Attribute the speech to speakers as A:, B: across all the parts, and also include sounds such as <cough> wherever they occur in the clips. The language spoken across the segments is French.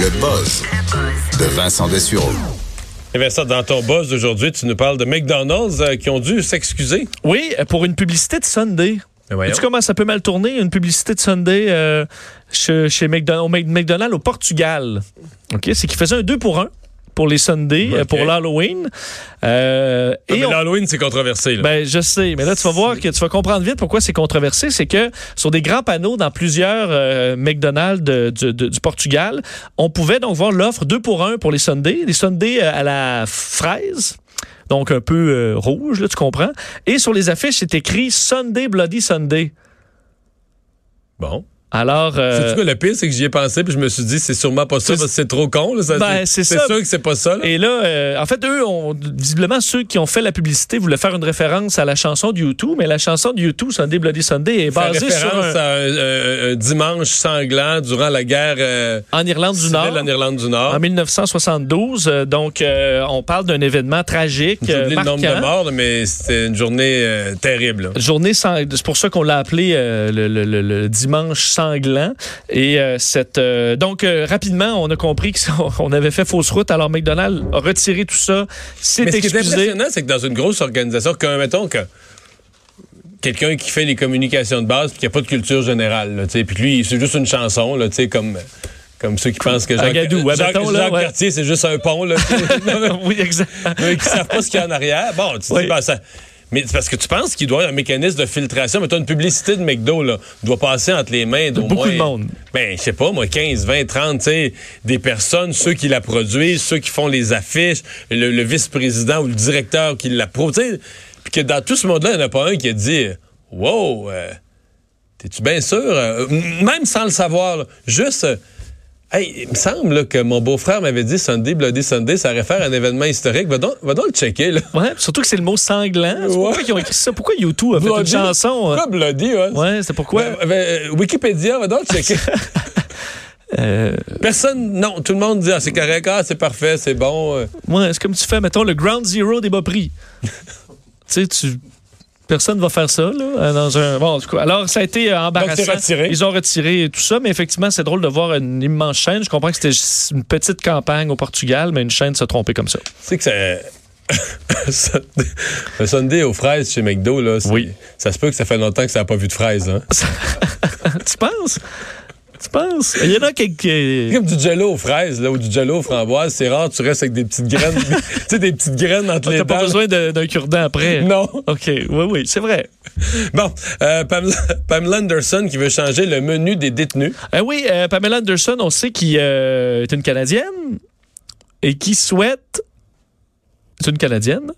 A: Le buzz de Vincent Dessureau.
B: Eh
C: Et Vincent, dans ton buzz d'aujourd'hui, tu nous parles de McDonald's euh, qui ont dû s'excuser.
B: Oui, euh, pour une publicité de Sunday.
C: Mais voyons.
B: Tu comment ça peut mal tourner une publicité de Sunday euh, chez, chez McDonald's, au Mc- McDonald's au Portugal. OK, c'est qu'ils faisaient un 2 pour 1 pour les Sundays,
C: OK.
B: euh, pour l'Halloween. Euh,
C: Ah, mais
B: on-
C: l'Halloween, c'est controversé. là.
B: <laughs> ben, je sais, mais là, tu vas voir que tu vas comprendre vite pourquoi c'est controversé. C'est que sur des grands panneaux dans plusieurs euh, McDonald's de- du- de- du Portugal, on pouvait donc voir l'offre 2 pour 1 pour les Sundays, des Sundays euh, à la fraise. Donc, un peu euh, rouge, là, tu comprends. Et sur les affiches, c'est écrit Sunday Bloody Sunday.
C: bon.
B: Alors. euh,
C: C'est quoi le pire, c'est que j'y ai pensé, puis je me suis dit, c'est sûrement pas ça,
B: C'est-
C: parce que c'est trop con. là, ça,
B: Ben, c'est ça.
C: sûr que c'est pas ça. là.
B: Et là, euh, en fait, eux, ont, visiblement, ceux qui ont fait la publicité voulaient faire une référence à la chanson de YouTube, mais la chanson de YouTube, Sunday Bloody Sunday, est
C: Fait
B: basée sur
C: référence
B: un-
C: à un, euh, un- un dimanche sanglant durant la guerre euh,
B: en Irlande du
C: civile
B: Nord. Ah,
C: en Irlande du Nord.
B: En 1972, euh, donc euh, on parle d'un événement tragique,
C: J'ai
B: euh,
C: oublié le
B: marquant.
C: nombre de morts, là, mais c'était une journée euh, terrible. là.
B: Journée sang- c'est pour ça qu'on l'a appelé euh, le, le- le- le dimanche sanglant. Et euh, cette, euh, donc euh, rapidement, <laughs> on a compris qu'on avait fait fausse route. Alors McDonald's a retiré tout ça, s'est
C: Mais ce qui est
B: excusé.
C: impressionnant, c'est que dans une grosse organisation, comme mettons que quelqu'un qui fait les communications de base puis qui a pas de culture générale, là, tu sais, puis que lui, c'est juste une chanson, là, tu sais, comme, comme ceux qui pensent que Jacques,
B: Agadou, ouais,
C: Jacques-
B: mettons, là,
C: Jacques
B: ouais.
C: Cartier, c'est juste un pont, là, tu sais. Non, non,
B: <laughs> oui,
C: <laughs>
B: exact.
C: mais qui savent pas ce qu'il y a en arrière. Bon, tu te dis,
B: Oui.
C: ben, ça- Mais c'est parce que tu penses qu'il doit y avoir un mécanisme de filtration. Mais une publicité de McDo, là, doit passer entre les mains d'au
B: beaucoup
C: moins-
B: de monde.
C: Ben, je sais pas, moi, 15, 20, 30, tu sais, des personnes, ceux qui la produisent, ceux qui font les affiches, le, le vice-président ou le directeur qui l'approuve, tu sais. Puis que dans tout ce monde-là, il n'y en a pas un qui a dit, wow, euh, t'es-tu bien sûr? Euh, m- même sans le savoir, là, juste. euh, Hey, il me semble là, que mon beau-frère m'avait dit Sunday, Bloody Sunday, ça réfère à un événement historique. Va donc, va donc le checker, là.
B: Ouais, surtout que c'est le mot sanglant. C'est
C: Ouais.
B: Pourquoi ils ont écrit ça Pourquoi YouTube a fait une
C: Bloody.
B: chanson euh?
C: Pourquoi Bloody, ouais?
B: Ouais, c'est pourquoi.
C: Ben, ben, euh, Wikipédia, va donc le checker.
B: Euh,
C: Personne, non, tout le monde dit, ah, c'est correct, ah, c'est parfait, c'est bon. euh.
B: Ouais, c'est comme tu fais, mettons, le ground zero des bas prix. tu sais, tu. Personne va faire ça, là, euh, dans un... Bon, en tout cas, alors, ça a été euh, embarrassant.
C: c'est retiré.
B: Ils ont retiré tout ça, mais effectivement, c'est drôle de voir une immense chaîne. Je comprends que c'était juste une petite campagne au Portugal, mais une chaîne se tromper comme ça.
C: Tu sais que ça. <laughs> Le Sunday aux fraises chez McDo, là, c'est-
B: Oui.
C: ça se peut que ça fait longtemps que ça n'a pas vu de fraises. Hein?
B: tu penses? Tu penses? Il y en a
C: C'est
B: quelques...
C: comme du jello aux fraises là, ou du jello aux framboises. C'est rare, tu restes avec des petites graines. <laughs> tu sais, des petites graines entre les
B: T'as
C: dents.
B: pas besoin de- d'un cure-dent après?
C: Non.
B: OK, oui, oui, c'est vrai.
C: Bon, euh, Pamela, Pamela Anderson qui veut changer le menu des détenus.
B: Euh, oui, euh, Pamela Anderson, on sait qui euh, est une Canadienne et qui souhaite. C'est une Canadienne?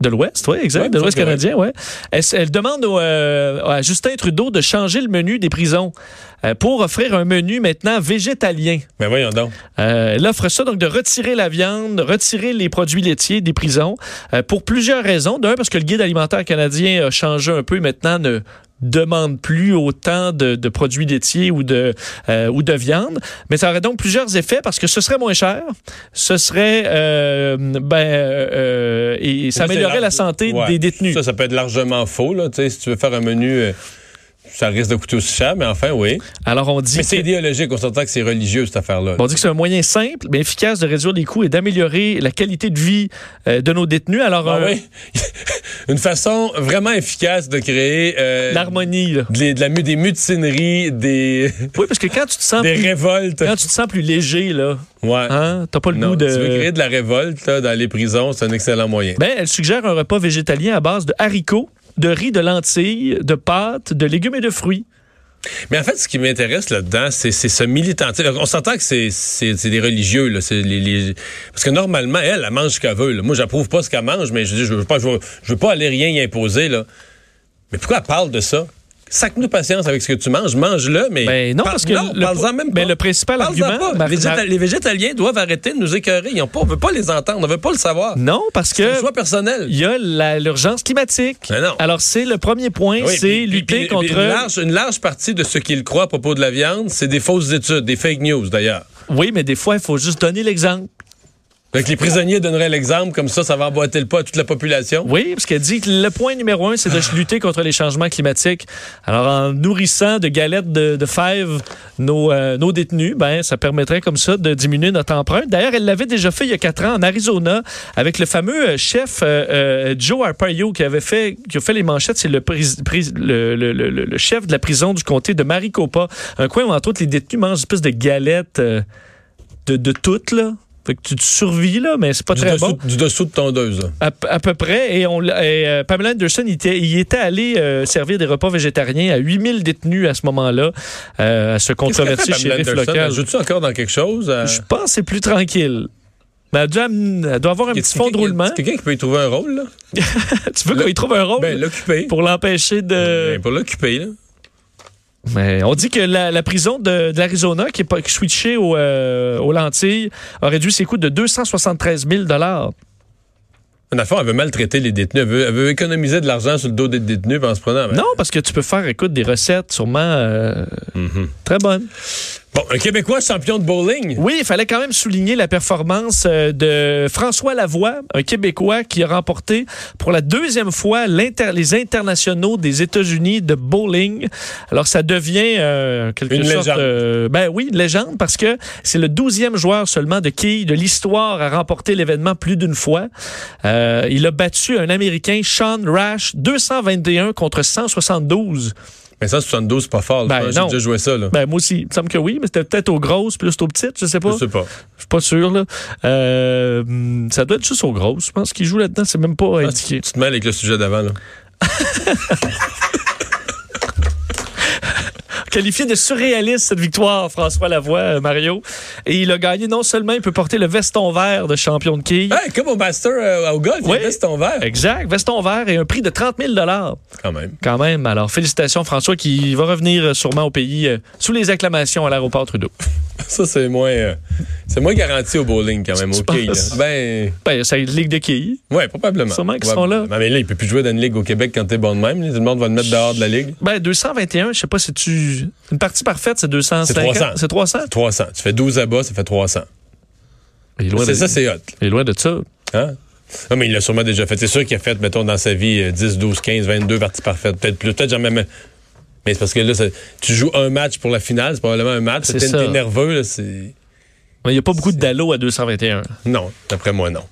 B: De l'Ouest, oui, exact.
C: Ouais,
B: de l'Ouest
C: c'est vrai.
B: canadien, oui. Elle, s- elle demande au, euh, à Justin Trudeau de changer le menu des prisons euh, pour offrir un menu maintenant végétalien.
C: Mais Ben, voyons donc.
B: Euh, elle offre ça, donc de retirer la viande, de retirer les produits laitiers des prisons euh, pour plusieurs raisons. D'un, parce que le guide alimentaire canadien a changé un peu et maintenant ne demande plus autant de, de produits laitiers ou de, euh, ou de viande. Mais ça aurait donc plusieurs effets parce que ce serait moins cher, ce serait... euh, ben, euh, et ça
C: Ça, c'est
B: améliorerait la
C: large-
B: santé
C: Ouais.
B: des détenus.
C: Ça, ça peut être largement faux. Là. Tu sais, Si tu veux faire un menu, euh, ça risque de coûter aussi cher, mais enfin, oui.
B: Alors on dit...
C: Mais c'est
B: que-
C: idéologique. On s'entend que c'est religieux, cette affaire-là.
B: On dit que c'est un moyen simple, mais efficace de réduire les coûts et d'améliorer la qualité de vie euh, de nos détenus. Alors,
C: Ah
B: euh,
C: oui? <laughs> Une façon vraiment efficace de créer euh,
B: l'harmonie, là.
C: de, les- de la, mu- des mutineries, des,
B: Ah, Oui, parce que quand tu te sens,
C: des
B: plus,
C: révoltes.
B: quand tu te sens plus léger, là,
C: Ouais.
B: hein, t'as pas le
C: Non,
B: goût de.
C: Tu veux créer de la révolte là, dans les prisons, c'est un excellent moyen.
B: Ben, elle suggère un repas végétalien à base de haricots, de riz, de lentilles, de pâtes, de légumes et de fruits.
C: Mais en fait, ce qui m'intéresse là-dedans, c'est c'est ce militantisme. On s'entend que c'est c'est- c'est des religieux. Là. c'est Les, les- Parce que normalement, elle, elle mange ce qu'elle veut. là. Moi, j'approuve pas ce qu'elle mange, mais je dis, je veux pas, je veux, je veux pas aller rien y imposer. Là. Mais pourquoi elle parle de ça? sac-nous patience avec ce que tu manges, mange-le, mais.
B: Ben non, parce que
C: non,
B: le-
C: parle-en même pas.
B: ben, le principal
C: Parle-en
B: argument,
C: pas.
B: Mar-
C: Les Végéta-
B: Mar-
C: les végétaliens doivent arrêter de nous écœurer. Ils ont pas, on veut pas les entendre, on veut pas le savoir.
B: Non, parce
C: C'est un
B: que
C: choix personnel.
B: il y a la- l'urgence climatique.
C: Mais non.
B: Alors, c'est le premier point,
C: Ah Oui,
B: c'est
C: puis- puis-
B: lutter
C: puis-
B: contre...
C: puis Une large, une large partie de ce qu'ils croient à propos de la viande, c'est des fausses études, des fake news d'ailleurs.
B: Oui, mais des fois, il faut juste donner l'exemple.
C: Donc les prisonniers donneraient l'exemple, comme ça, ça va emboîter le pas à toute la population.
B: Oui, parce qu'elle dit que le point numéro un,
C: <sighs>
B: c'est de lutter contre les changements climatiques. Alors, en nourrissant de galettes de, de fèves nos, euh, nos détenus, ben, ça permettrait comme ça de diminuer notre empreinte. D'ailleurs, elle l'avait déjà fait il y a quatre ans en Arizona avec le fameux euh, chef euh, euh, Joe Arpaio qui avait fait, qui a fait les manchettes. C'est le, pris- pris- le, le- le- le chef de la prison du comté de Maricopa, un coin où, entre autres, les détenus mangent une espèce de galette euh, de, de toutes, là. Fait que tu te survis, là, mais c'est pas
C: Du
B: très
C: dessous,
B: bon.
C: du dessous de tondeuse. là.
B: À, à peu près. Et, on, l'a- et, euh, Pamela Anderson y était, y était allée euh, servir des repas végétariens à 8000 détenus à ce moment-là, euh, à
C: Qu'est-ce
B: ce
C: qu'elle
B: controversé
C: fait, Pamela
B: shérif
C: Anderson?
B: local.
C: Ajoutes-tu encore dans quelque chose? euh,
B: Je pense que c'est plus tranquille. Mais elle, doit, amener- elle doit avoir un
C: y a-t-il
B: petit
C: quelqu'un-
B: fond de roulement.
C: y a-t-il quelqu'un qui peut y trouver un rôle, là?
B: tu veux qu'on y trouve un rôle
C: Ben, l'occuper.
B: pour l'empêcher de...
C: Ben, Pour l'occuper, là.
B: Mais on dit que la, la prison de, de l'Arizona, qui est pas- qui est switchée au, euh, aux lentilles, a réduit ses coûts de 273 000
C: En affaire, elle veut maltraiter les détenus. Elle veut, elle veut économiser de l'argent sur le dos des détenus puis en se prenant. ben,
B: Non, parce que tu peux faire, écoute, des recettes sûrement euh,
C: Mm-hmm.
B: très bonnes.
C: Bon, un Québécois champion de bowling.
B: Oui, il fallait quand même souligner la performance euh, de François Lavoie, un Québécois qui a remporté pour la deuxième fois l'inter- les internationaux des États-Unis de bowling. Alors ça devient euh, quelque
C: Une
B: sorte
C: légende.
B: euh, ben oui, une légende parce que c'est le douzième joueur seulement de qui de l'histoire à remporter l'événement plus d'une fois. Euh, il a battu un Américain Sean Rash 221 contre 172.
C: Mais 172, c'est pas fort.
B: Ben,
C: là. J'ai
B: non.
C: déjà joué ça, là.
B: Ben moi aussi, il me semble que oui, mais c'était peut-être aux grosses plus aux petites, je sais pas.
C: Je sais pas.
B: Je suis pas sûr, là. Euh, hmm, ça doit être juste aux grosses. Je pense qu'il joue là-dedans. C'est même pas
C: Ah,
B: indiqué.
C: tu, tu te mêles avec le sujet d'avant, là.
B: Qualifié de surréaliste, cette victoire, François Lavoie, euh, Mario. Et il a gagné. Non seulement il peut porter le veston vert de champion de quille.
C: Hey, comme au master euh, au golf,
B: Oui.
C: il reste ton verre.
B: Exact. Veston vert et un prix de 30 000
C: Quand même.
B: Quand même. Alors, félicitations, François, qui va revenir euh, sûrement au pays euh, sous les acclamations à l'aéroport Trudeau.
C: Ça, c'est moins, euh, c'est moins garanti au bowling, quand même,
B: Tu
C: au quilles,
B: penses?
C: là. Ben,
B: Ben, c'est une ligue de quilles.
C: ouais, probablement.
B: Sûrement qu'ils sont
C: Probablement. Mais là, il peut plus jouer dans une ligue au Québec quand t'es bon de même. là. Tout le monde va le mettre dehors de la ligue.
B: Ben, 221, je sais pas si tu. Une partie parfaite, c'est 250.
C: C'est 300.
B: C'est 300.
C: 300. Tu fais 12 abats, ça fait 300.
B: Il est loin,
C: C'est
B: de...
C: ça, c'est hot.
B: il est loin de ça.
C: Hein? Non, mais il l'a sûrement déjà fait. C'est sûr qu'il a fait, mettons, dans sa vie, euh, 10, 12, 15, 22 parties parfaites. Peut-être plus, peut-être jamais. Mais mais c'est parce que là, ça- tu joues un match pour la finale, c'est probablement un match.
B: C'est
C: T'es
B: ça.
C: t'es nerveux, là, c'est.
B: Mais il n'y a pas beaucoup de dallo à 221.
C: Non, d'après moi, non.